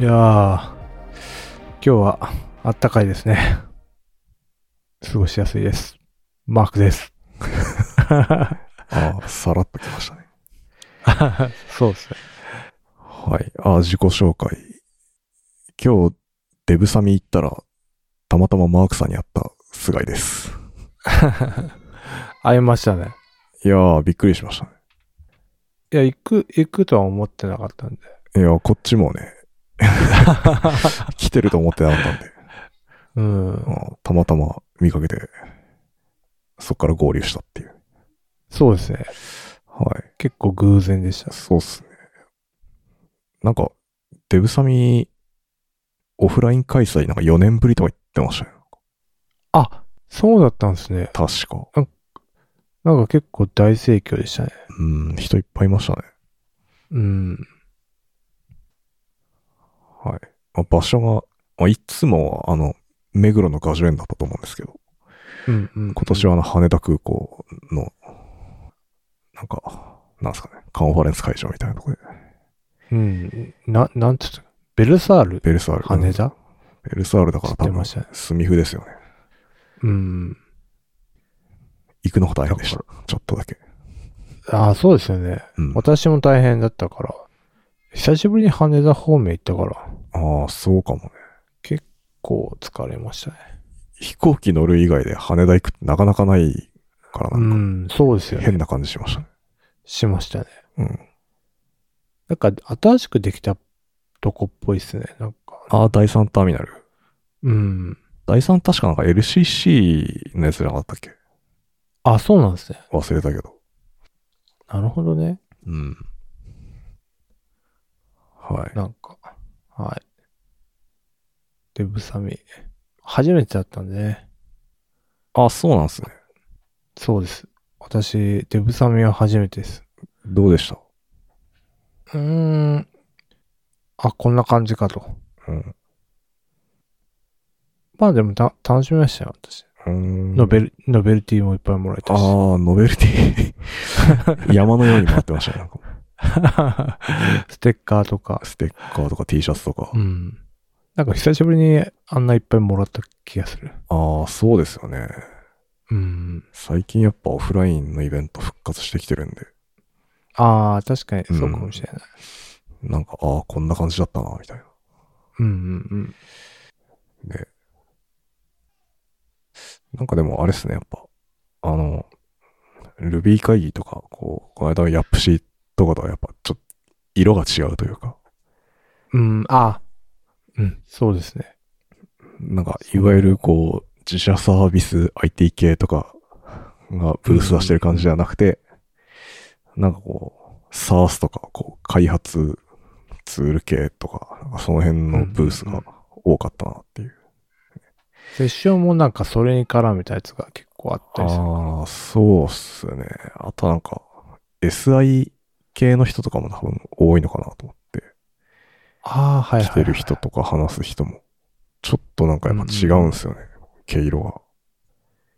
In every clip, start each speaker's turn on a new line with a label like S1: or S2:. S1: いやー、今日はあったかいですね。過ごしやすいです。マークです。
S2: ああ、さらっときましたね。
S1: そうですね。
S2: はい。ああ、自己紹介。今日、デブサミ行ったら、たまたまマークさんに会った菅井です。
S1: 会いましたね。
S2: いやー、びっくりしましたね。
S1: いや、行く、行くとは思ってなかったんで。
S2: いやー、こっちも ね、来てると思ってなかったんで、
S1: うん
S2: う。んたまたま見かけて、そっから合流したっていう。
S1: そうですね。
S2: はい。
S1: 結構偶然でした。
S2: そうっすね。なんか、デブサミ、オフライン開催なんか4年ぶりとか言ってましたよ。
S1: あ、そうだったんですね。
S2: 確か。
S1: なんか結構大盛況でしたね。
S2: うん、人いっぱいいましたね。
S1: うん。
S2: はい。まあ、場所が、まあ、いつもは、あの、目黒のガジュ園だったと思うんですけど、
S1: うん、うん。
S2: 今年はあの、羽田空港の、なんか、なんですかね、カンファレンス会場みたいなところで、
S1: うん。な、なんつったベルサール
S2: ベルサール。
S1: 羽田
S2: ベルサールだから多
S1: 知って
S2: 分
S1: ましたね、
S2: スミフですよね。
S1: うん。
S2: 行くのが大変でした。ちょっとだけ。
S1: あ、そうですよね。
S2: うん。あ
S1: 私も大変だったから。久しぶりに羽田方面行ったから、
S2: あー、そうかもね。
S1: こう疲れましたね。
S2: 飛行機乗る以外で羽田行くってなかなかないから
S1: う
S2: なんか、
S1: ん、そうですよね。
S2: 変な感じしましたね。
S1: しましたね。
S2: うん。
S1: なんか新しくできたとこっぽいっすね。なんか。
S2: ああ、第3ターミナル。
S1: うん。
S2: 第3確かなんか LCC のやつじゃなかったっけ
S1: あ、そうなんですね。
S2: 忘れたけど。
S1: なるほどね。
S2: うん。はい。
S1: なんか。はい。デブサミ。初めてだったんでね。
S2: あ、そうなんですね。
S1: そうです。私、デブサミは初めてです。
S2: どうでした
S1: うーん。あ、こんな感じかと。
S2: うん。
S1: まあでもた楽しみましたよ、私。
S2: うーん
S1: ノベル、ノベルティもいっぱいもらえたし。
S2: ああ、ノベルティ。 山のように回ってましたね。なんか
S1: ステッカーとか。
S2: ステッカーとか T シャツとか
S1: う。ん。なんか久しぶりにあんないっぱいもらった気がする。
S2: ああ、そうですよね。
S1: うん。
S2: 最近やっぱオフラインのイベント復活してきてるんで、
S1: ああ、確かにそうかもしれない。
S2: なんか、ああ、こんな感じだったな、みたい
S1: うんうん
S2: な。で、なんかでもあれですね、やっぱ、あの、Ruby 会議とか、こう、この間のヤップシーとかとはやっぱちょっと色が違うというか、
S1: うん。うん、ああ。うん、そうですね。
S2: なんか、いわゆるこう、自社サービス IT 系とかがブース出してる感じじゃなくて、なんかこう、SaaS とか、こう、開発ツール系とか、なんかその辺のブースが多かったなっていう。
S1: セッションもなんかそれに絡めたやつが結構あったりするから。
S2: ああ、そうっすね。あとなんか、SI 系の人とかも多分多いのかなと思って、
S1: ああ、はいはい、
S2: 来てる人。とか話す人も、ちょっとなんかやっぱ違うんすよね、毛色が。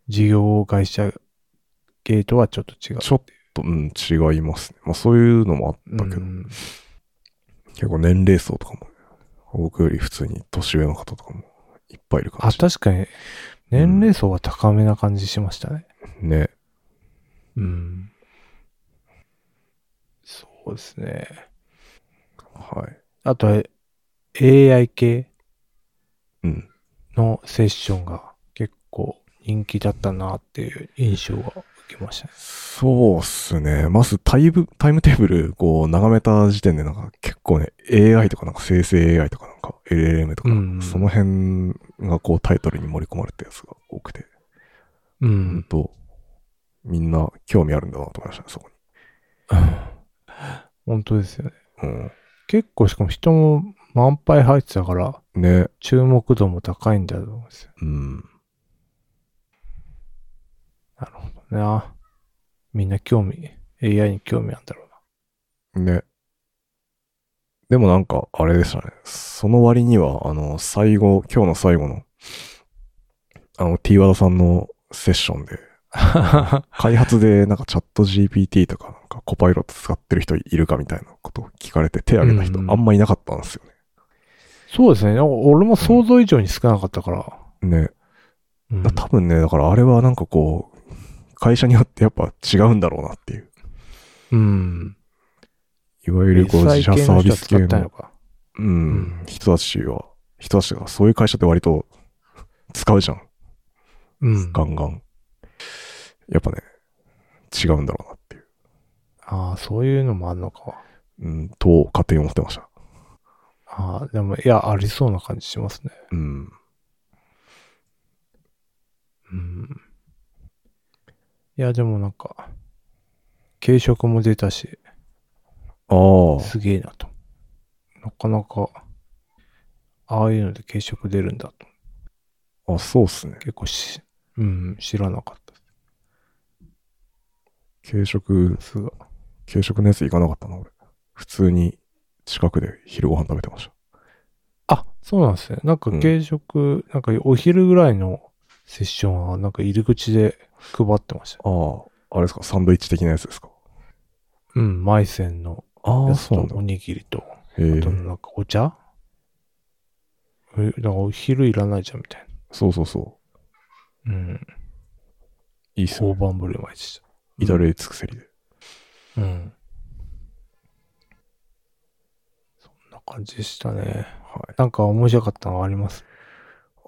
S1: 事業会社系とはちょっと違う。
S2: ちょっと、うん、違いますね。まあそういうのもあったけど、
S1: うん
S2: 結構年齢層とかも、僕より普通に年上の方とかもいっぱいいる感
S1: あ、
S2: じ。
S1: 確かに、年齢層は高めな感じしましたね。
S2: ね。
S1: うん。そうですね。
S2: はい。
S1: あと、え AI 系
S2: うん。
S1: のセッションが結構人気だったなっていう印象が受けましたね。
S2: そうっすね。まずタイム、タイムテーブル、こう、眺めた時点でなんか結構ね、AI とかなんか生成 AI とかなんか LLM とか、
S1: うんうん
S2: その辺がこうタイトルに盛り込まれたやつが多くて、
S1: う
S2: ほん
S1: ん。
S2: と、みんな興味あるんだなと思いましたね、そこ
S1: 本当ですよね。
S2: に。
S1: 結構しかも人も満杯入ってたから、
S2: うん。ね。
S1: 注目度も高いんだと思うんですよ。
S2: うん。
S1: なるほどね。あみんな興味、AI に興味あるんだ ろうな。
S2: ね。でもなんか、あれでしたね。その割には、あの、最後、今日の最後の、あの、T 和田さんのセッションで、開発でなんかチャット GPT とか、なんかコパイロット使ってる人いるかみたいなことを聞かれて手挙げた人、
S1: うんうん
S2: あんまいなかったんですよね。
S1: そうですね。なんか俺も想像以上に少なかったから。
S2: ね。
S1: うん
S2: だ多分ね、だからあれはなんかこう、会社によってやっぱ違うんだろうなっていう。
S1: うん。
S2: いわゆるこう自社サービス系
S1: 明細系の人は使ってない
S2: の
S1: のか。
S2: うん、人たちは、人たちが、そういう会社って割と使うじゃん。
S1: うん。
S2: ガンガン。やっぱね、違うんだろうなっていう。
S1: ああ、そういうのもあるのか。
S2: うん、と、勝手に思ってました。
S1: ああ、でも、いや、ありそうな感じしますね。
S2: うん。
S1: うん。いや、でもなんか、軽食も出たし、
S2: ああ、
S1: すげえなと。なかなか、ああいうので軽食出るんだと。
S2: あ、そうっすね。
S1: 結構し、うん、知らなかったで
S2: 軽食、
S1: すが。
S2: 軽食のやつ行かなかったな、俺。普通に近くで昼ご飯食べてました。
S1: あ、そうなんですね。なんか
S2: うん
S1: 軽食、なんかお昼ぐらいのセッションは、なんか入り口で配ってました。
S2: ああ、あれですか、サンドイッチ的なやつですか。
S1: うん、マイセンの
S2: あ
S1: や
S2: あ、
S1: つ
S2: そ
S1: と
S2: うなんだ
S1: お。にぎりと、
S2: へ
S1: あ
S2: え
S1: と。なんかお茶え、なんかお昼いらないじゃんみたい
S2: そうそうそ
S1: な。うん。
S2: う。いいっすよ
S1: 大
S2: ね。
S1: 盤振る舞いでし
S2: 至れり尽くせりで。
S1: た。うん。そんな感じでしたね。
S2: はい。
S1: なんか面白かったのあります。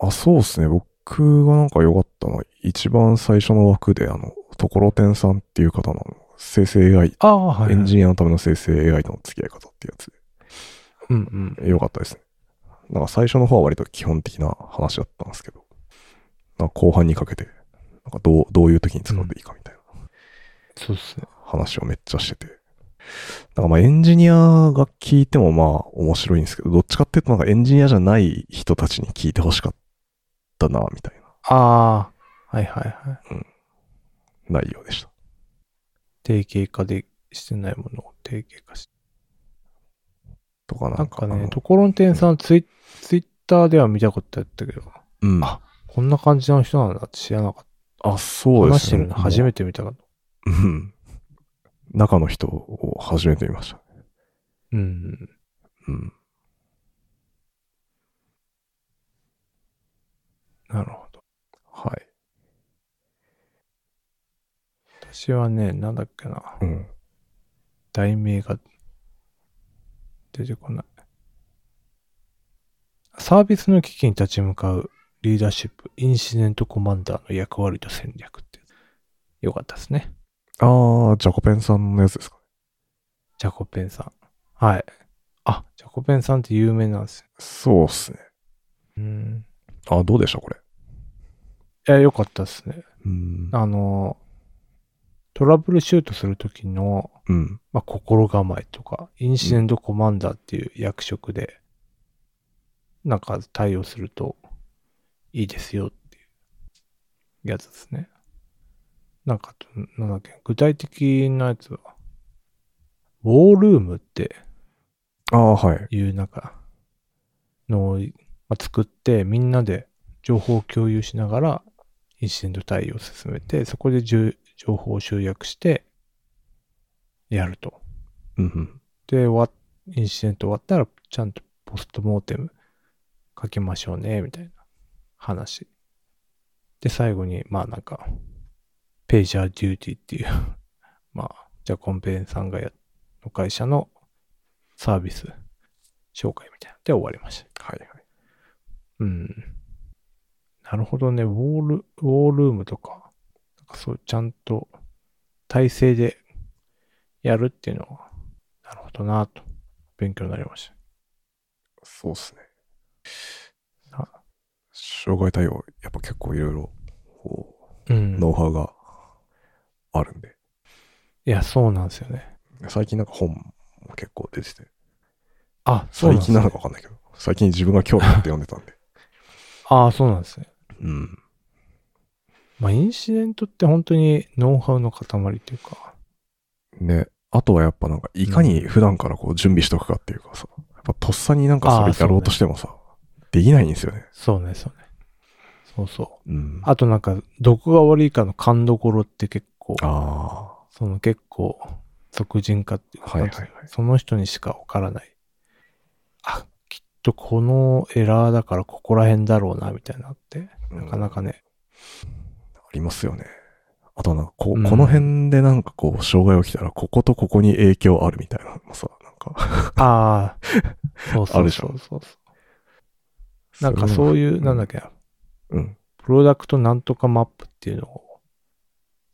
S2: あ、そうっすね。僕がなんか良かったのは、一番最初の枠で、あの、ところてんさんっていう方の生成 AI、
S1: ああ、はい、
S2: エンジニアのための生成 AI との付き合い方っていうやつ
S1: うんうん。
S2: で、良かったですね。なんか最初の方は割と基本的な話だったんですけど、なんか後半にかけて、なんかどう、どういう時に使うといいかみたいな
S1: そうっすね。
S2: 話をめっちゃしてて。なんかまあエンジニアが聞いてもまあ面白いんですけど、どっちかっていうとなんかエンジニアじゃない人たちに聞いてほしかったな、みたい
S1: ああ、はいはいはい。
S2: な内容でした。
S1: 定型化でしてないものを定型化し
S2: とかな
S1: なんん
S2: か
S1: か
S2: あの
S1: ね、ところてんさんツイ、ツイッターでは見たことあったけど、
S2: うん。
S1: あこんな感じの人なんだって知らなかっ
S2: あ、
S1: た。
S2: そうで
S1: 話
S2: すね。
S1: してるの初めて見たかと。
S2: うん。中の人を初めて見ました。
S1: うん。
S2: うん。
S1: なるほど。
S2: はい。
S1: 私はね、なんだっけな。
S2: うん。
S1: 題名が出てこない。サービスの危機に立ち向かうリーダーシップ、インシデントコマンダーの役割と戦略ってやつ。よかったですね。
S2: ああ、ジャコペンさんのやつですかね。
S1: ジャコペンさん。はい。あ、ジャコペンさんって有名なんですよ。
S2: そうっすね。
S1: うん。
S2: あ、どうでしたこれ。
S1: いや、よかったですね。
S2: うん。
S1: あの、トラブルシュートするときの、
S2: うん。
S1: まあ、心構えとか、インシデントコマンダーっていう役職で、なんか対応するといいですよっていうやつですね。なんか、なんだっけ、具体的なやつは、ウォールームって
S2: ああ、はい。
S1: いうなんか、のをまあ作って、みんなで情報を共有しながら、インシデント対応を進めて、そこでじゅ情報を集約して、やると。
S2: うんうん。
S1: で、終わっインシデント終わったら、ちゃんとポストモーテムかけましょうね、みたいな話。で、最後に、まあなんか、ページャーデューティーっていう、 まあ、じゃあコンペンさんがや、の会社のサービス紹介みたいな。で、終わりました。
S2: はいはい。
S1: うん。なるほどね。ウォール、ウォールームとか、なんかそう、ちゃんと体制でやるっていうのは、なるほどなと、勉強になりまし
S2: そうっすね。
S1: た。あ
S2: 障害対応、やっぱ結構いろいろ、こ
S1: う
S2: う、
S1: ん。
S2: ノウハウがあるんで。
S1: いや、そうなんですよね。
S2: 最近なんか本も結構出てて、
S1: あ、そう
S2: 最
S1: なんです
S2: 近な
S1: ね
S2: のか。わかんないけど、最近自分が興味持って読んでたんで。
S1: ああ、そうなんですね。
S2: うん。
S1: まあ、インシデントって本当にノウハウの塊というか、
S2: ね。あとはやっぱなんか、いかに普段からこう準備しとくかっていうかさ、やっぱとっさになんかそれやろうとしてもさ、できないんですよね。
S1: そうね、そうね。そうそう。
S2: うん。あ
S1: あとなんか、どこが悪いかの勘どころって結構、
S2: あ
S1: その結構、俗人化っていう
S2: ー。
S1: か、
S2: はいはいはい。
S1: その人にしかわからない。あ、きっとこのエラーだからここら辺だろうな、みたいなのって、なかなかね。
S2: ありますよね。あとなんかこ、
S1: うん
S2: この辺でなんかこう、障害起きたら、こことここに影響あるみたいなのもさ、なんか、
S1: ああ、 そうそ
S2: ある
S1: う
S2: でし
S1: そ
S2: ょ
S1: うそうそう。 なんかそういう、なんだっけな、
S2: うん。
S1: プロダクトなんとかマップっていうのを、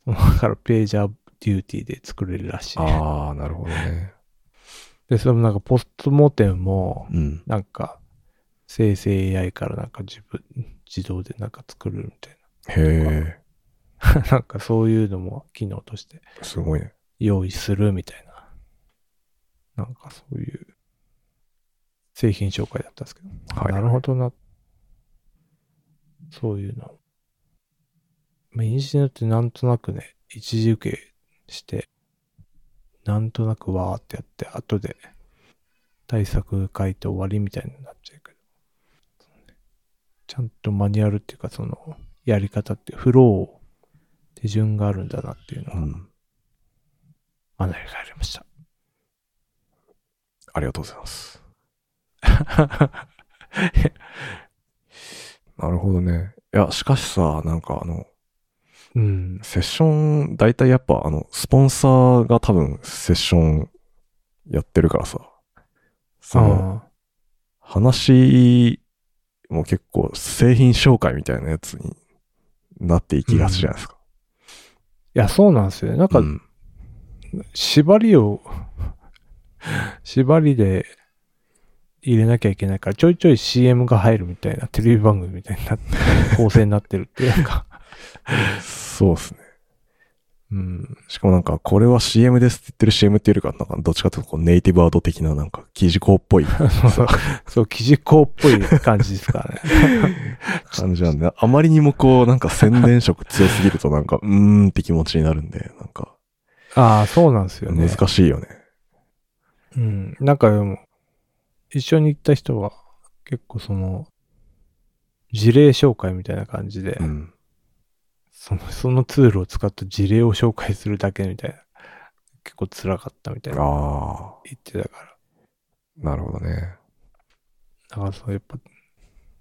S1: だからページャーデューティーで作れるらしい。
S2: ああ、なるほどね。
S1: で、それもなんかポストモーテムも、
S2: うん。
S1: なんか生成 AI からなんか自分、自動でなんか作るみたい
S2: へ
S1: な。 なんかそういうのも機能として
S2: え、すごいね。
S1: 用意するみたいな。なんかそういう製品紹介だったんですけど。
S2: はい。
S1: なるほどな。そういうの。まあ、インシデントってなんとなくね、一時受けして、なんとなくわーってやって、後で対策書いて終わりみたいになっちゃうけど、ちゃんとマニュアルっていうか、その、やり方って、フロー、手順があるんだなっていうの
S2: う
S1: が、
S2: ん。
S1: 学びがありました。
S2: ありがとうござい ます。なるほどね。いや、しかしさ、なんかあの、
S1: うん。
S2: セッション、大体やっぱあの、スポンサーが多分セッションやってるからさ。その、
S1: あ
S2: 話も結構製品紹介みたいなやつになっていきがちじゃないですか。
S1: いや、そうなんですよね。なんか、
S2: うん
S1: 縛りを 縛りで入れなきゃいけないから、ちょいちょい CM が入るみたいな、テレビ番組みたいに なって、構成になってるっていうなんか、
S2: そうですね。
S1: うん、
S2: しかもなんか、これは CM ですって言ってる CM っていうよりかは、なんか、どっちかというとこうネイティブアート的ななんか、記事項っぽいさ
S1: そう、記事校っぽい感じですからね。
S2: 感じなんで、あまりにもこう、なんか宣伝色強すぎるとなんか、うーんって気持ちになるんで、なんか、
S1: ああ、そうなんですよね。
S2: 難しいよね。
S1: うん。なんかでも、一緒に行った人は、結構その、事例紹介みたいな感じで、
S2: うん。
S1: その、そのツールを使った事例を紹介するだけみたいな、結構辛かったみたいな
S2: ああ、
S1: 言ってたから。
S2: なるほどね。
S1: だからそう、やっぱ、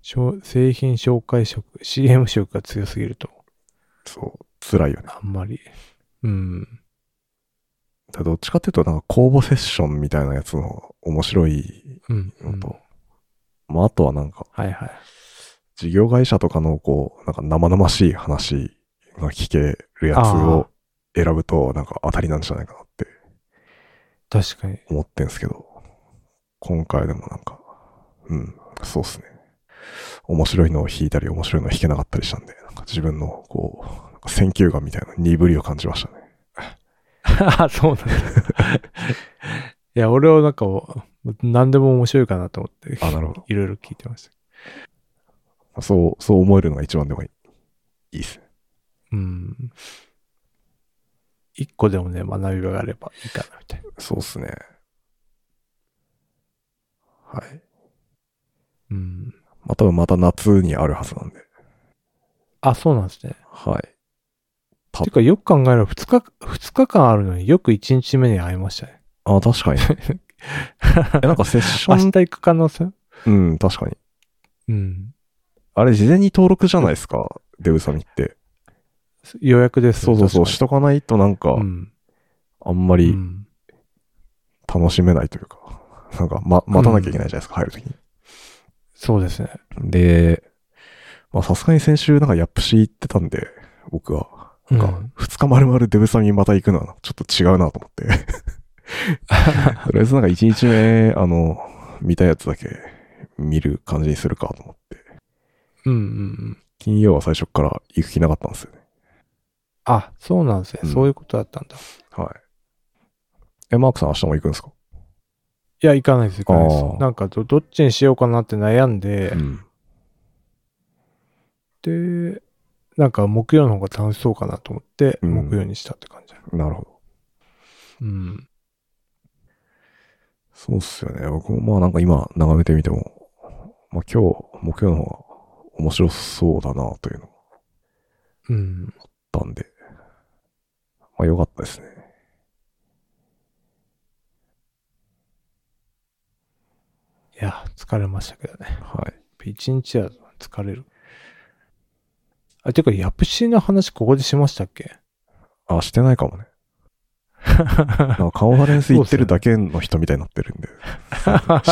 S1: しょう製品紹介色、CM 色が強すぎると、
S2: そう、辛いよね。
S1: あんまり、うん。
S2: だからどっちかっていうと、なんか公募セッションみたいなやつの方が面白い
S1: うん。う
S2: の
S1: ん
S2: と、まあ、あとはなんか、
S1: はいはい。
S2: 事業会社とかのこう、なんか生々しい話が聞けるやつを選ぶと、なんか当たりなんじゃないかなって
S1: 確かに。
S2: 思ってんすけど、今回でもなんか、うん、そうっすね。面白いのを弾いたり、面白いのを弾けなかったりしたんで、なんか自分のこう、なんか選球眼みたいな鈍りを感じましたね。
S1: あ、そうなんだ。いや、俺はなんかもう、何でも面白いかなと思って、
S2: あ、なるほど。
S1: いろいろ聞いてました。
S2: そう、そう思えるのが一番でもいい。いいっすね。
S1: うん。一個でもね、学び場があればいいかな、みたいな。
S2: そうっすね。はい。
S1: うん。
S2: まあ、多分また夏にあるはずなんで。
S1: あ、そうなんですね。
S2: はい。あ
S1: てか、よく考えれば、二日、二日間あるのによく一日目に会いましたね。
S2: あ、確かに。えなんかセッシ
S1: 明
S2: ョ
S1: 日
S2: ン、
S1: 行く可能性
S2: うん、確かに。
S1: うん。
S2: あれ、事前に登録じゃないですか、デブサミって。
S1: 予約です。
S2: そうそうそう、し
S1: 確
S2: とかないとなんか
S1: かに。う、ん。
S2: あんま
S1: う
S2: り
S1: ん
S2: 楽しめないというか、なんか、ま、待たなきゃいけないじゃないですか、入るとき
S1: そうですね。
S2: に。で、まあ、さすがに先週なんかヤップシー行ってたんで、僕は。なん
S1: う
S2: か
S1: ん、
S2: 二日丸々デブサミにまた行くのは、ちょっと違うなと思って。とりあえずなんか一日目、あの、見たやつだけ見る感じにするかと思って。
S1: うんうんうん。
S2: 金曜は最初から行く気なかったんですよね。
S1: あ、そうなんですね、
S2: うん
S1: そういうことだったんだ。
S2: はい。え、マークさん明日も行くんですか
S1: いや、行かないです、行かないで
S2: あー
S1: す。なんかど、どっちにしようかなって悩んで、
S2: ん。
S1: で、なんか木曜の方が楽しそうかなと思って、
S2: うん
S1: 木曜にしたって感じ。
S2: なるほど。
S1: うん。
S2: そうっすよね。僕もまあなんか今眺めてみても、まあ今日、木曜の方が面白そうだなというのが
S1: うん。
S2: あったんで、まあ良かったですね。
S1: いいや、疲れましたけどね。
S2: はい。
S1: 一日は疲れる。あ、てか、ヤプシーの話ここでしましたっ け
S2: あ、してない かもね。なんかカンファレンス行ってるだけの人みたいになってるんで、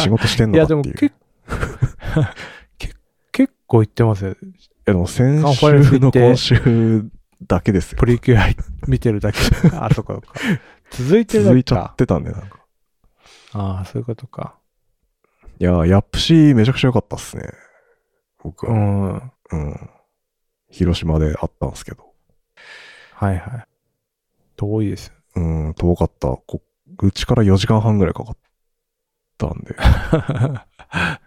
S2: 仕事してん
S1: い
S2: の
S1: や、
S2: か
S1: でも
S2: っていう。い
S1: 結構、 け結構言ってますよ。
S2: や、でも先
S1: カンファレンス
S2: 週
S1: 行
S2: の
S1: って
S2: 今週だけですよ
S1: プ。リキュア見てるだけと か。あ、そうか、そうか。続いてるだ
S2: 続
S1: け
S2: いちゃ
S1: か
S2: っ。てたんで、なんか。
S1: ああ、そういうことか。
S2: いや、ヤップシーめちゃくちゃ良かったっすね。僕
S1: う
S2: は。
S1: ん。はい
S2: うん。広島で会ったんですけど。
S1: はい。遠いです。
S2: うん、遠かった。こうちから4時間半ぐらいかかったんで。 だ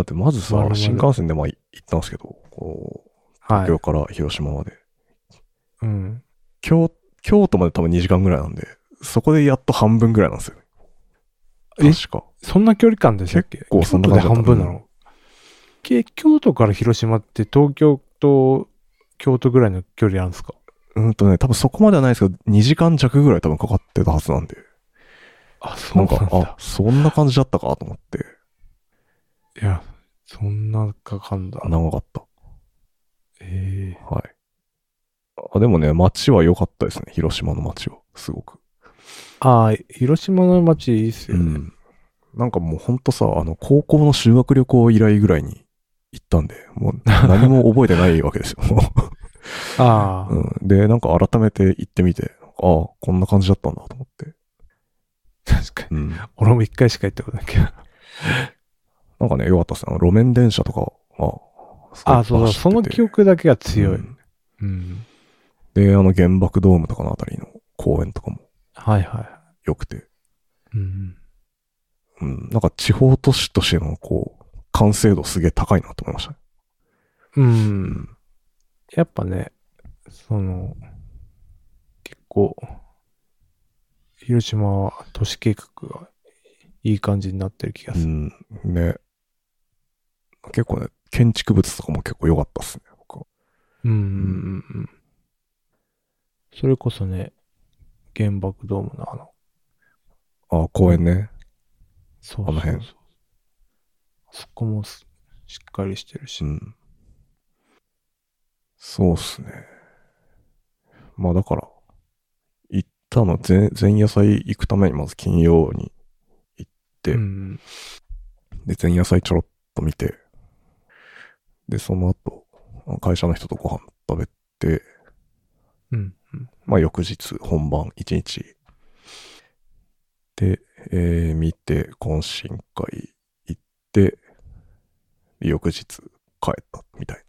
S2: ってまず
S1: まる
S2: さ、
S1: まる
S2: 新幹線でまあい行ったんですけど、こう、
S1: は
S2: 東京
S1: い。
S2: から広島まで。
S1: うん。
S2: 京、京都まで多分2時間ぐらいなんで、そこでやっと半分ぐらいなんですよね。
S1: え
S2: 確か。
S1: そんな距離感でしたっけ
S2: 結構そんな
S1: 京
S2: 感
S1: 都で
S2: じだ
S1: 半
S2: ったね
S1: 分なのけ京都から広島って東京と京都ぐらいの距離あるんですか
S2: うんとね、多分そこまではないですけど、2時間弱ぐらい多分かかってたはずなんで。
S1: あ、そ
S2: なんか、あ、そんな感じだったかと思って、
S1: いや、そんなかかんだ。
S2: 長かった。
S1: ええ
S2: はい。あでもね、街は良かったですね。広島の街は。すごく。
S1: ああ、広島の街いいっすよね。
S2: ん。なんかもうほんとさ、あの、高校の修学旅行以来ぐらいに行ったんで、もう何も覚えてないわけ ですよ。も
S1: ああ、
S2: ううん、で、なんか改めて行ってみて、ああ、こんな感じだったんだと思って。
S1: 確かに。
S2: うん。
S1: 俺も一回しか行ったこと ないけど。
S2: なんかね、良かったですね。あの路面電車とか、あ
S1: ああ、そうだ、その記憶だけが強い。
S2: うん
S1: うん。
S2: で、あの原爆ドームとかのあたりの公園とかも
S1: はいはい。
S2: 良くて、
S1: うん。
S2: うん、なんか地方都市としてのこう、完成度すげえ高いなと思いましたね。
S1: うん。やっぱね、その、結構、広島は都市計画がいい感じになってる気が
S2: う
S1: する。
S2: ん、ね。結構ね、建築物とかも結構良かったっすね、僕は。
S1: うん。うんうんうんそれこそね、原爆ドームのあの、
S2: ああ、公園ね。
S1: そうそうそう
S2: あの辺
S1: あそこもすしっかりしてるし
S2: う。ん。そうっすね。まあだから、行ったの前、前夜祭行くためにまず金曜に、で
S1: うん。
S2: で、前夜祭ちょろっと見て、で、その後、あ会社の人とご飯食べて、
S1: うん。
S2: まあ翌日本番1日。で、えー見て、懇親会行って、翌日帰ったみたい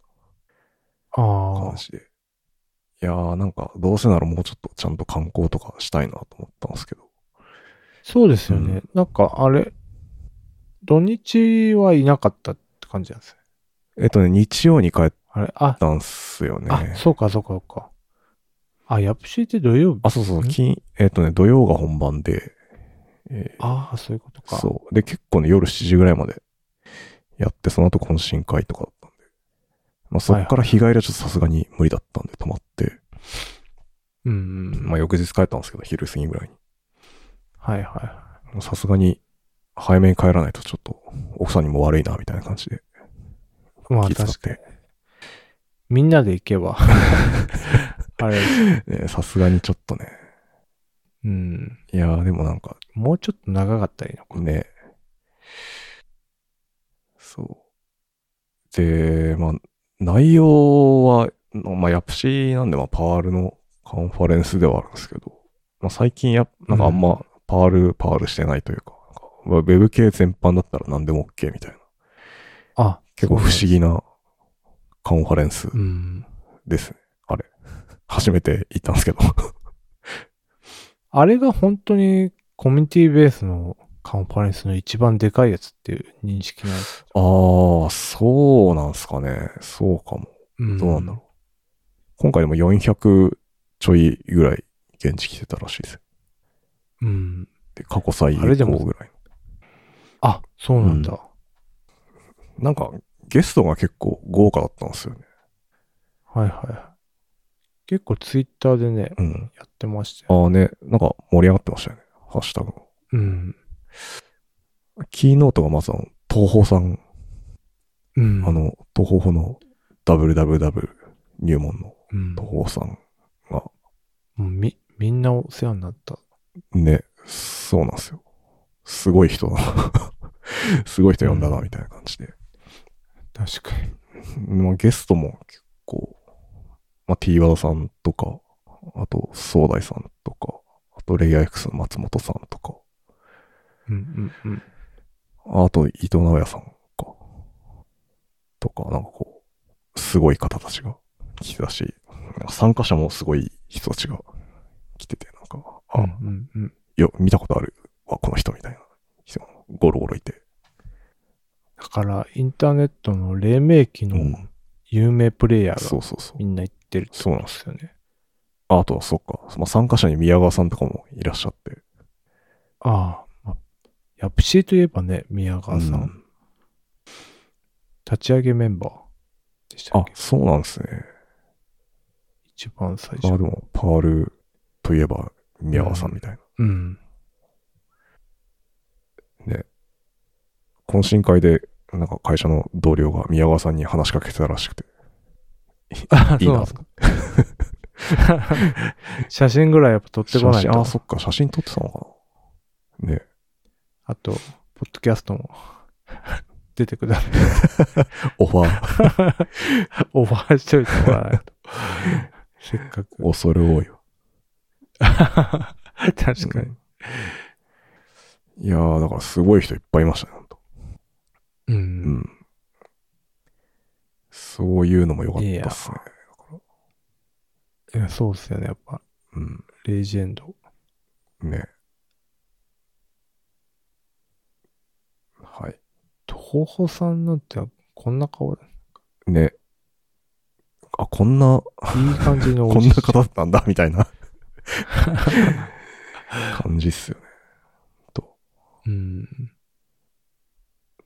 S2: な
S1: あ
S2: 感じで。いやーなんかどうせならもうちょっとちゃんと観光とかしたいなと思ったんですけど。
S1: あ、そうですよね。なんかあれ、土日はいなかったって感じなんですよ。
S2: えっとね、日曜に帰っ
S1: あれ、あ、
S2: たんすよね。
S1: あ、そうかそうかそうか。あ、ヤプシーって土曜日
S2: あ、そうそ
S1: ん
S2: う、金、えっとね、土曜が本番で、えー
S1: ああ、そういうことか。
S2: そう。で、結構ね、夜7時ぐらいまでやって、その後懇親会とかだったんで。まあ、そっから日帰りはちょっとさすがに無理だったんで、泊まって。
S1: う。うん、うん。
S2: まあ、翌日帰ったんですけど、昼過ぎぐらいに
S1: はいはいは。
S2: もうさすがに、早めに帰らないとちょっと、奥さんにも悪いな、みたいな感じで。
S1: い。まあ
S2: 気遣っ
S1: 確かに
S2: て。
S1: みんなで行けば。 あれ、
S2: ねさすがにちょっとね。
S1: うん。
S2: いやー、でもなんか、
S1: もうちょっと長かったりのか。
S2: ね。そう。で、まあ、内容は、まあ、ヤプシーなんで、まあ、パールのカンファレンスではあるんですけど、まあ、最近や、なんかあん
S1: う
S2: ま、パール、パールしてないというか、なんかまあウェブ系全般だったら何でも OK みたいな、
S1: あ、
S2: 結構不思
S1: 議。
S2: 議なカンファレンス
S1: うん。
S2: ですね。あれ。初めて行ったんですけど。
S1: あれが本当にコミュニティベースのカンファレンスの一番でかいやつっていう認識なんです。
S2: ああ、そうなんすかね。そうかも。
S1: うん
S2: どうなんだろう。今回でも400ちょいぐらい現地来てたらしいですよ。
S1: う。うん。
S2: で、過去最
S1: あれで
S2: 高
S1: も
S2: ぐらい。
S1: あ、そうなんだ。
S2: なんか、ゲストが結構豪華だったんですよね。
S1: はいはい。結構ツイッターでね、
S2: うん。
S1: やってましたよ。
S2: ああね、なんか盛り上がってましたよね。ハッシュタグも。
S1: うん。
S2: キーノートがまずあの、東宝さん、
S1: うん。
S2: あ、の、東宝の WWW 入門の
S1: うん。も
S2: 東宝さんが、
S1: うみ、みんなお世話になった。
S2: ね、そうなんですよ。すごい人だな。 すごい人呼んだな、みたいな感じで。
S1: 確かに。
S2: まあ、ゲストも結構、まあ、T 和田さんとか、あと、壮大さんとか、あと、レイヤー X の松本さんとか、
S1: うんうんうん。
S2: あと、伊藤直也さんか、とか、なんかこう、すごい方たちが来てたし、なんか参加者もすごい人たちが来てて、なんか、あ、
S1: うんうんうん。
S2: よ、見たことあるわ、この人みたいな人がゴロゴロいて。
S1: だから、インターネットの黎明期
S2: う
S1: の
S2: ん。
S1: 有名プレイヤー
S2: そ
S1: が
S2: うそうそう
S1: み。んな行ってるって
S2: そうなん
S1: こ
S2: で
S1: と
S2: す。
S1: ですよね。
S2: あとは、そっか、まあ、参加者に宮川さんとかもいらっしゃって。
S1: ああ、まあ、ヤプシーといえばね、宮川さん。
S2: うん
S1: 立ち上げメンバーでした
S2: あ
S1: っけ、
S2: そうなんですね。
S1: 一番最
S2: あ、で
S1: 初。
S2: も、パールといえば、宮川さんみたいな。
S1: うん。
S2: 懇親会で、なんか会社の同僚が宮川さんに話しかけてたらしくて。
S1: あ
S2: いいな。
S1: そうなんですか写真ぐらいやっぱ撮ってこない
S2: 写真
S1: と。
S2: あ、そっか、写真撮ってたのかな。ね。
S1: あと、ポッドキャストも 出てください。
S2: オファー、
S1: オファーしといてもらわ ないと。せっかく。
S2: 恐れ多いわ。
S1: 確かに。
S2: うんいやー、だからすごい人いっぱいいましたね、ほんと。
S1: う。
S2: うんん。そういうのも良かったっすね。
S1: いやそうっすよね。やっぱ、レジェンド。
S2: うん。ね。はい。
S1: 東宝さんなんてこんな顔だ。
S2: ね。あ、こんな、
S1: いい感じのお
S2: こん
S1: じい
S2: な
S1: ちゃん
S2: 方だったんだ、みたい な感じっすよね。と。
S1: うん。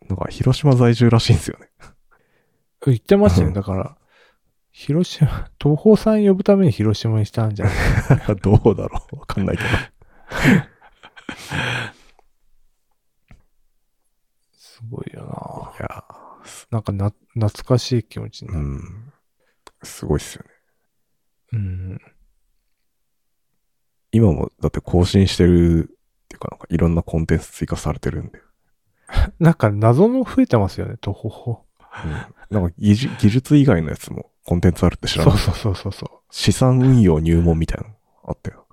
S2: なんか、広島在住らしいんですよね。
S1: 言ってましたよ。
S2: うん
S1: だから、広島、 東宝さん呼ぶために広島にしたんじゃない
S2: どうだろうわかんないけど。
S1: すごいよない
S2: や
S1: なんかな、懐かしい気持ちに
S2: ー、う
S1: なる。
S2: ん。すごいっすよね。
S1: うん。
S2: 今も、だって更新してるっていうか、なんかいろんなコンテンツ追加されてるんで。
S1: なんか謎も増えてますよね、東宝。
S2: うん、なんか技術、技術以外のやつもコンテンツあるって知ら
S1: そ
S2: な
S1: う
S2: い
S1: そうそうそうそう。
S2: 資産運用入門みたいなのあったよ。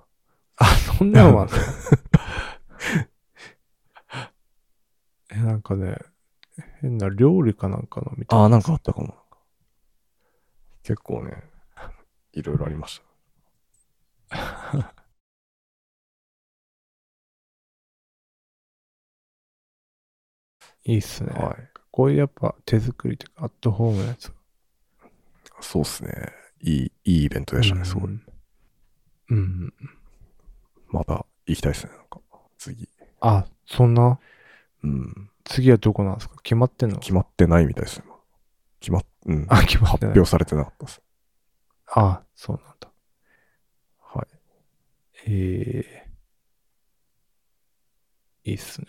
S1: あ、そんなのもあ るえ、なんかね、変な料理かなんかのみたい
S2: あ
S1: な。
S2: あ、なんかあったかも。結構ね、いろいろありました。
S1: いいっすね。
S2: はい。
S1: こういうやっぱ手作りというか、アットホームのやつ。
S2: そうっすね。いい、いいイベントでしたね、すごい。
S1: うん。うん。
S2: また行きたいっすね、なんか。次。
S1: あ、そんな、
S2: うん。
S1: 次はどこなんですか決まってんの
S2: 決まってないみたいですね。決まっ、うん。
S1: あ、決まって
S2: 発
S1: ない。
S2: 表されてなかったっす。
S1: あ、そうなんだ。
S2: はい。
S1: えー、いいっすね。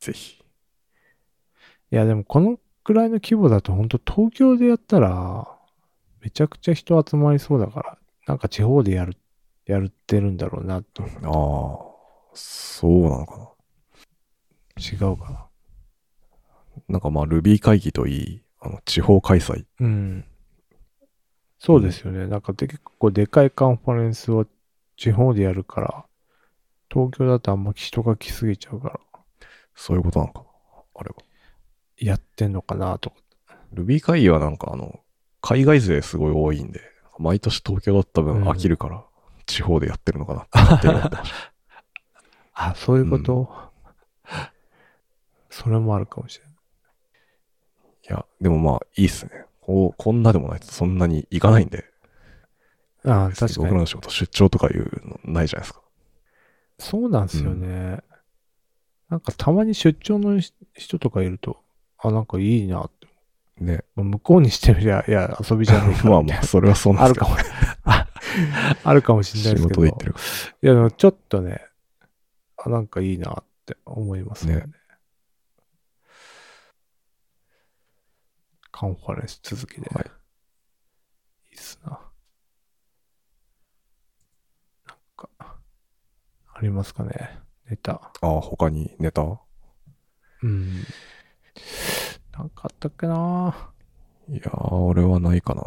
S2: ぜひ。
S1: いや、でもこのくらいの規模だと、本当東京でやったら、めちゃくちゃ人集まりそうだから、なんか地方でやる、やるってるんだろうなと。
S2: ああ、そうなのかな。
S1: 違うか
S2: なんかまあ、Ruby 会議といい、あの、地方開催。
S1: な。うん。そうですよね。なんかで結構でかいカンファレンスを地方でやるから、東京だとあんま人が来すぎちゃうから、
S2: そういうことなのかな。あれは。
S1: やってんのかなとか。
S2: Ruby 会議はなんかあの、海外勢すごい多いんで、毎年東京だった分飽きるから、地方でやってるのかなって勝手に思ってました。
S1: あ、そういうこと、それもあるかもしれない。
S2: いや、でもまあ、いいっすね。こう、こんなでもないとそんなに行かないんで、
S1: あー確か
S2: 僕ら
S1: に。
S2: の仕事出張とかいうのないじゃないですか。
S1: そうなんですよね。なんかたまに出張のし人とかいると、あ、なんかいいなって。
S2: ね。
S1: まあ向こうにしてみりゃ、いや、遊びじゃ ないか
S2: まあ
S1: みたい
S2: まあ、それはそう
S1: な
S2: なん
S1: あ
S2: で
S1: る
S2: す
S1: か
S2: けど。
S1: も、 ああるかもしれない
S2: 仕
S1: ですけ
S2: 事
S1: ど。
S2: で
S1: い
S2: 行ってるか
S1: や、でもちょっとね、あ、なんかいいなっって思いますよね。
S2: ね
S1: カンファレンス続きで。
S2: はい
S1: い。いっすな。なんか、ありますかね。ネタ。
S2: ああ、他にネタ
S1: うん。なんかあったっけない
S2: やー、俺はないかな。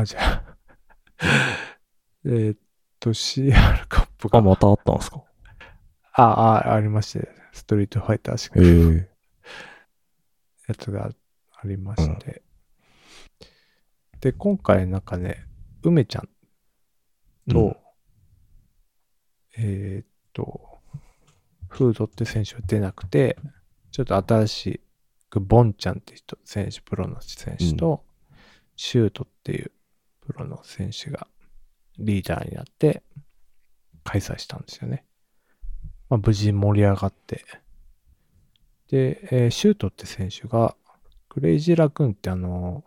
S1: あ、じゃあ。 えーっと、CR カップが。
S2: あ、またあったんすか
S1: あ、あ、ありまして、ストリートファイター6
S2: ええ
S1: やつがありまして。で、今回なんかね、梅ちゃんと、
S2: うん
S1: えーっと、フードって選手は出なくて、ちょっと新しく、ボンちゃんって人、選手、プロの選手と、シュートっていうプロの選手がリーダーになって開催したんですよね。まあ、無事盛り上がって。で、えーシュートって選手が、クレイジーラクーンってあの、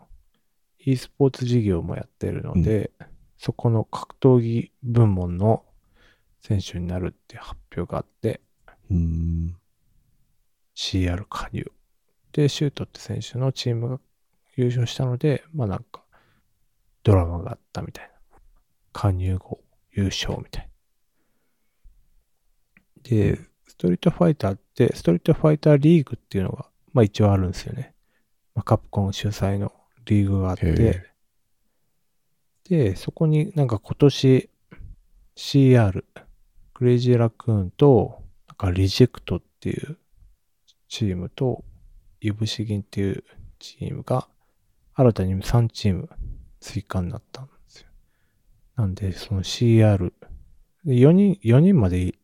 S1: e スポーツ事業もやってるので、そこの格闘技部門の選手になるって発表があって、
S2: うーん。
S1: CR 加入。で、シュートって選手のチームが優勝したので、まあなんか、ドラマがあったみたいな。加入後、優勝みたいな。で、ストリートファイターって、ストリートファイターリーグっていうのが、まあ一応あるんですよね。まあ、カプコン主催のリーグがあっ
S2: へ
S1: て、で、そこになんか今年 CR、クレイジーラクーンと、なんかリジェクトっていうチームと、イブシギンっていうチームが、新たに3チーム追加になったんですよ。なんで、その CR、4人、4人までいい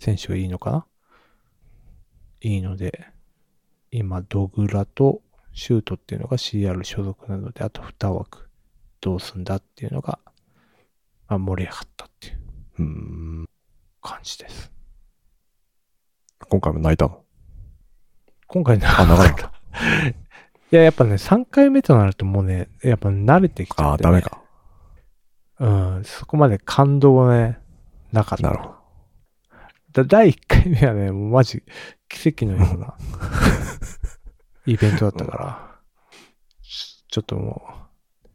S1: 選手はいいのかないいので、今、ドグラとシュートっていうのが CR 所属なので、あと2枠どうすんだっていうのが、まあ、盛り上がったっていう
S2: うーん。
S1: 感じです。
S2: 今回も泣いたの
S1: 今回な
S2: あ、なかなか。
S1: いや、やっぱね、3回目となるともうね、やっぱ慣れてきちゃ
S2: あ
S1: っ
S2: あ、
S1: て、
S2: ダメ。か。
S1: うん、そこまで感動がね、なかった。
S2: なるほど。
S1: だ第1回目はね、もうマジ奇跡のよう なイベントだったから、ちょっともう、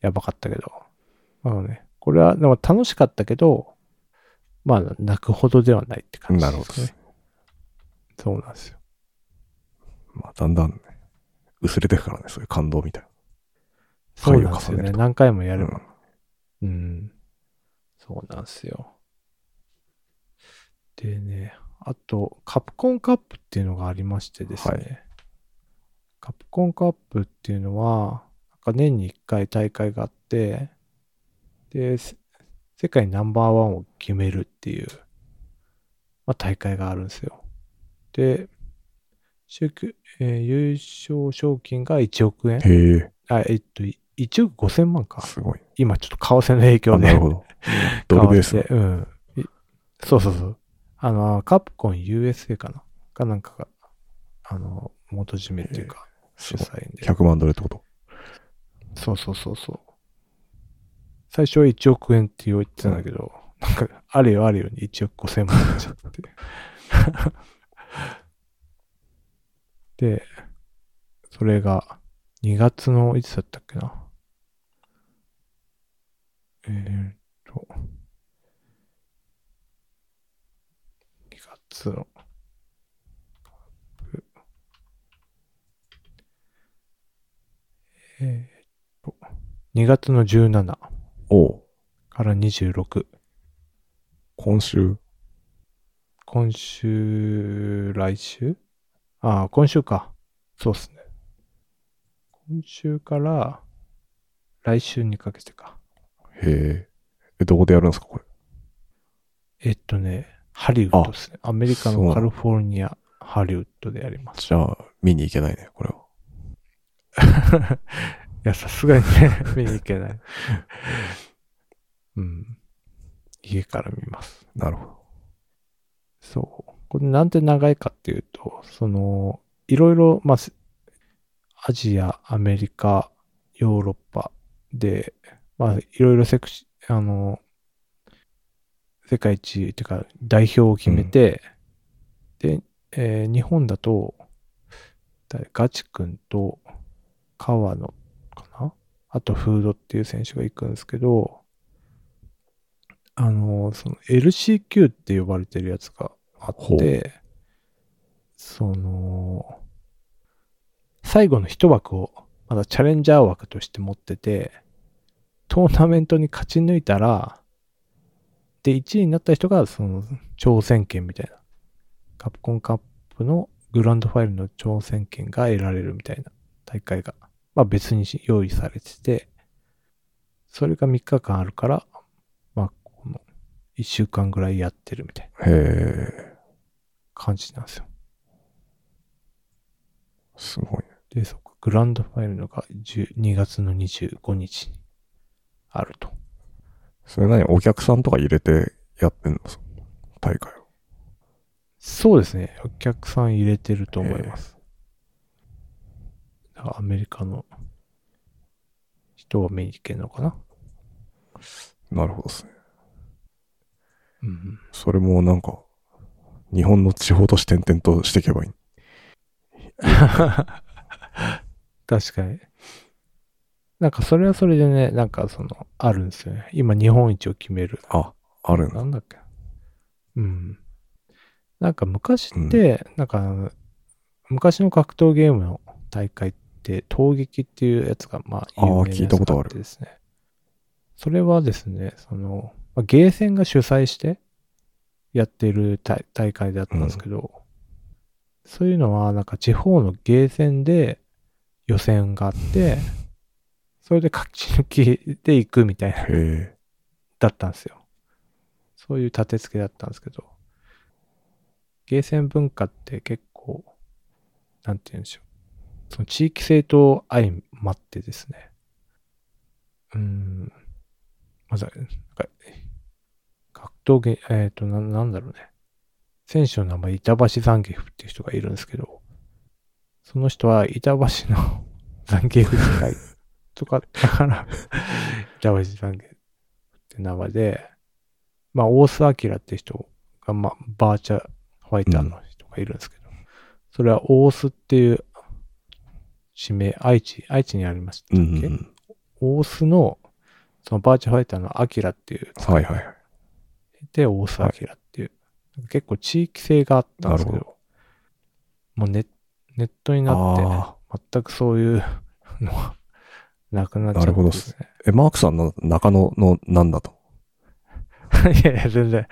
S1: やばかったけど。まあね、これはでも楽しかったけど、まあ泣くほどではないって感じ
S2: な
S1: です
S2: る
S1: ね。
S2: ほどです。
S1: そうなんですよ。
S2: まあ、だんだんね、薄れてくからね、そういう感動みたいな。
S1: そう
S2: 回を
S1: なんですよ
S2: 重ね
S1: ね。
S2: ると
S1: 何回もやれば。
S2: うん
S1: うん。そうなんですよ。でね、あと、カプコンカップっていうのがありましてですね。
S2: は
S1: カプコンカップっていうのは、なんか年に1回大会があって、で、せ世界ナンバーワンを決めるっていう、まあ、大会があるんですよ。で、週休えー優勝賞金が1億円
S2: へえ、
S1: あ、えっと、い1億5000万か。
S2: すごい。
S1: 今ちょっと為替の影響
S2: あ、
S1: で。
S2: なるほ ど。ドルベース
S1: 為。替うん。いそうそうそう。あの、カプコン USA かなかなんかが、あの、元締めっていうか、主
S2: すごい
S1: 催で。
S2: 100万ドルってこと
S1: そうそうそうそう。最初は1億円って言ってたんだけど、なんか、あれよあれよに1億5000万になっちゃって。 で、それが2月のいつだったっけな。えー、っと、2月の、えー、っと、2月の17か
S2: おう
S1: ら26。
S2: 今週、
S1: 今週、来週ああ、今週か。そうっすね。今週から来週にかけてか。
S2: へえ、えどこでやるんですか、これ。
S1: えっとね、ハリウッドですね。アメリカ
S2: そうな
S1: の
S2: の
S1: カリフォルニア、ハリウッドでやります。
S2: じゃあ、見に行けないね、これは。
S1: いや、さすがにね、 見に行けない。うん。家から見ます。
S2: なるほど。
S1: そう。これなんで長いかっていうと、その、いろいろ、まあ、すアジア、アメリカ、ヨーロッパで、まあ、いろいろセクシ、あの、世界一っていうか代表を決めて、で、えー日本だと、誰ガチ君と川野かなあとフードっていう選手が行くんですけど、あの、その LCQ って呼ばれてるやつがあ
S2: ほ
S1: って、その、最後の一枠をまだチャレンジャー枠として持ってて、トーナメントに勝ち抜いたら、で、1位になった人が、その、挑戦権みたいな。カプコンカップのグランドファイルの挑戦権が得られるみたいな大会が、まあ別に用意されてて、それが3日間あるから、まあこの1週間ぐらいやってるみたいな
S2: へえ、
S1: 感じなんですよ。
S2: すごいね。
S1: で、そっか、グランドファイルのが10 2月の25日にあると。
S2: それ何お客さんとか入れてやってんのその大会を。
S1: そうですね。お客さん入れてると思います。だからアメリカの人が見に行けるのかな。
S2: なるほどですね。
S1: うん。
S2: それもなんか、日本の地方都市転々としていけばいい。
S1: 確かに。なんかそれはそれでね、なんかその、あるんですよね。今日本一を決める。
S2: あ、あるんだ。
S1: なんだっけ。うん。なんか昔って、なんかあの、昔の格闘ゲームの大会って、闘撃っていうやつが、まあ、
S2: あ
S1: 有
S2: ー
S1: 名なやつ
S2: 聞いたこと
S1: が
S2: ある
S1: ってですね。それはですね、その、まあゲーセンが主催してやってる大大会だったんですけど、そういうのは、なんか地方のゲーセンで予選があって、それで勝ち抜きで行くみたいな
S2: へえ、
S1: だったんですよ。そういう立て付けだったんですけど、ゲーセン文化って結構、なんて言うんでしょう。その地域性と相まってですね。うーん。まずは、なんか、格闘ゲ、えっ、とな、なんだろうね。選手の名前、板橋ザンゲフっていう人がいるんですけど、その人は板橋の ザンゲフ機会 とか、だから、 板橋ザンゲフって名前で、まあ、大須明って人が、まあ、バーチャーファイターの人がいるんですけど、それは大須っていう地名、愛知、愛知にありました
S2: う
S1: っ
S2: ん
S1: け、
S2: うんうん。
S1: 大須の、そのバーチャファイターのアキラっていう、
S2: はいはいはい。
S1: で、大須アキラっていう、結構地域性があったんですけど、
S2: なる
S1: もうネネットになって、
S2: あ
S1: 全くそういうのは なくなっちゃ
S2: なる
S1: って
S2: ほど
S1: で
S2: っす
S1: すね。
S2: あ。え、マークさんの中野のなんだと。
S1: いやいや、全然、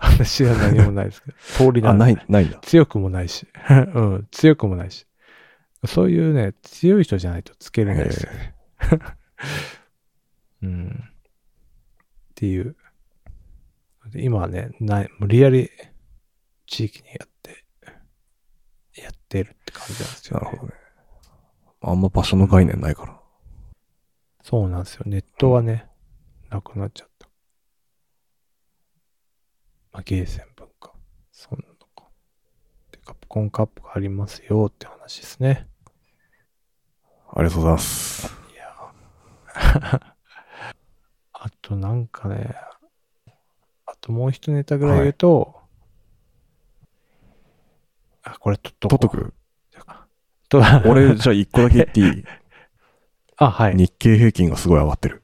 S1: 話は何もないですけど、通りな
S2: あ、
S1: んで
S2: ない、ないんだ。
S1: 強くもないし、 うん、強くもないし。そういうね、強い人じゃないとつけれないですよね。 うん。っていう。で今はね、ない、無理やり地域にやって、やってるって感じなんですよ、
S2: な
S1: ね。
S2: るほどね。あんま場所の概念ないから。
S1: そうなんですよ。ネットはね、なくなっちゃった。まあ、ゲーセン文化。そんなのか。で、カプコンカップがありますよって話ですね。
S2: ありがとうございます。
S1: いや。あとなんかね、あともう一ネタぐらい言うと、あ、これ取っと
S2: 取
S1: こ
S2: っと
S1: う。
S2: く。
S1: と
S2: 俺、じゃあ一個だけ言って いい
S1: あ、はい。
S2: 日経平均がすごい上がってる。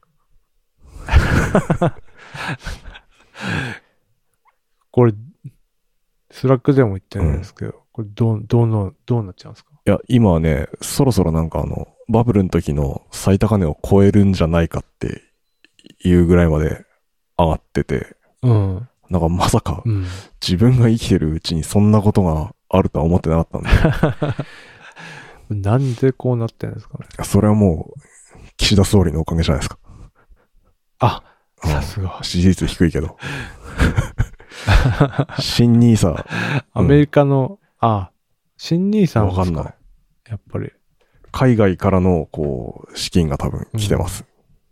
S1: これ、スラックでも言ってるんですけど、これどう、どうの、どうなっちゃうんですか
S2: いや、今はね、そろそろなんかあの、バブルの時の最高値を超えるんじゃないかっていうぐらいまで上がってて、
S1: うん。
S2: なんかまさか
S1: うん。
S2: 自分が生きてるうちにそんなことがあるとは思ってなかったんで、
S1: なんでこうなってるんですかね。
S2: それはもう、岸田総理のおかげじゃないですか。
S1: あ、
S2: うん
S1: さすが。
S2: 支持率低いけど。新ニーサ
S1: アメリカの、あ、新兄さん
S2: わかんない。
S1: やっぱり。
S2: 海外からの、こう、資金が多分来てます。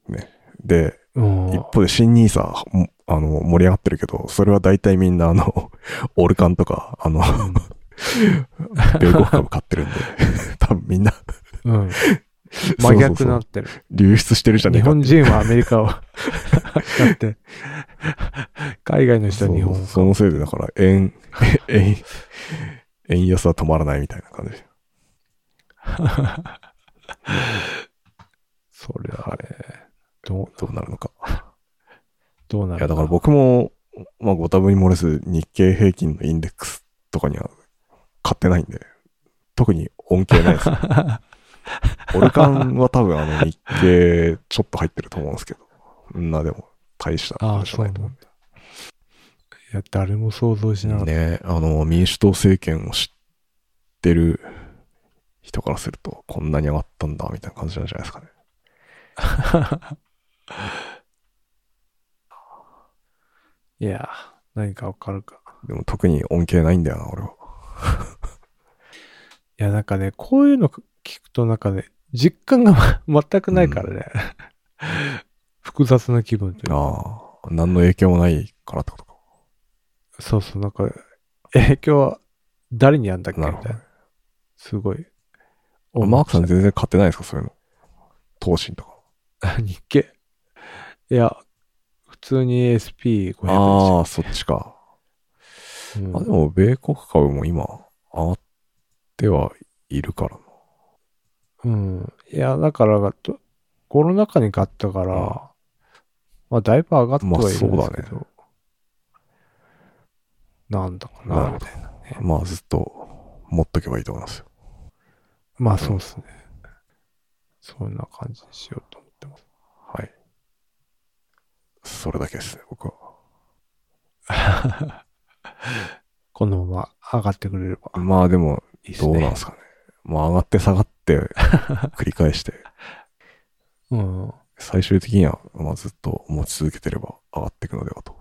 S2: ね。で、
S1: うん。
S2: 一方で新ニーサあの、盛り上がってるけど、それは大体みんな、あの、 オルカンとか、あの、米国株買ってるんで、 多分みんな
S1: うん。
S2: そうそうそう
S1: 真逆になってる。
S2: 流出してるじゃ
S1: 日
S2: ねえ か。
S1: 本人はアメリカを、だって、海海外の人は日本
S2: そうそのせいで、だから、円、 円、円安は止まらないみたいな感じ。
S1: それは
S2: は
S1: ね、どう、
S2: どうなるのか。
S1: どうなる
S2: いや、だから僕も、まあ、ご多分に漏れず、日経平均のインデックスとかには買ってないんで、特に恩恵ない です。オルカンは多分、あの、日経ちょっと入ってると思うんですけど、うんな、でも、大した
S1: ああ、
S2: 話じ
S1: そ
S2: ゃ
S1: う
S2: な
S1: ないん
S2: と
S1: だ。
S2: 思
S1: いや、誰も想像しなかっ
S2: う。
S1: た。
S2: ねあの、民主党政権を知ってる人からすると、こんなに上がったんだ、みたいな感じなんじゃないですかね。
S1: いや、何かわかるか。
S2: でも、特に恩恵ないんだよな、俺は。
S1: いや、なんかね、こういうの聞くとなんかね、実感が 全くないからね。複雑な気分というか。
S2: ああ、何の影響もないからってことか。
S1: そうそう、なんか、影響は誰にやんだっけみ
S2: な
S1: たい
S2: るほど
S1: な。すごい。
S2: マークさん全然買ってないですかそういうの。投信とか。
S1: 日経。いや、普通に SP500
S2: ああ、そっちか。
S1: 円、うん
S2: あでも、米国株も今、上がってはいるからな。
S1: うん。いや、だからがと、コロナ禍に買ったから、
S2: あ
S1: まあ、だいぶ上がってはいるんですけど、
S2: まあそうだね
S1: なんだか
S2: な
S1: な、み
S2: るほど
S1: たいな。
S2: まあ、ずっと持っとけばいいと思いますよ。
S1: まあ、そうですね。そんな感じにしようと思ってます。
S2: はい。それだけですね、僕は。
S1: このまま上がってくれれば
S2: まあ、でも、
S1: いいです
S2: ど
S1: ね。
S2: うなんですかね。まあ、上がって下が って、繰り返して、
S1: うん。
S2: 最終的には、まあ、ずっと持ち続けてれば上がっていくのではと。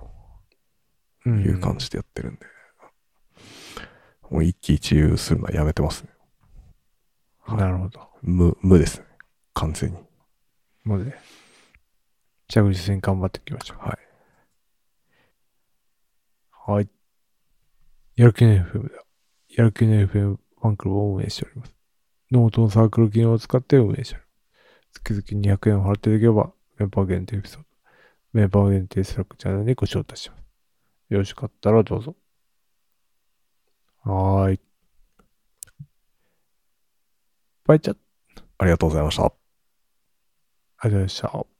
S1: うん、
S2: いう感じでやってるんで、もう一喜一憂するのはやめてますね。はい
S1: なるほど。
S2: 無、無ですね。完全に。
S1: ので、着実に頑張っていきましょう。
S2: はい。
S1: はい。やる気ない FM だ。やる気ない FM ファンクラブを運営しております。ノートのサークル機能を使って運営しております。月々200円を払っていただければ、メンバー限定エピソード、メンバー限定スラックチャンネルにご招待します。よろしかったらどうぞ。はーい。バイチャット。
S2: ありがとうございました。
S1: ありがとうございました。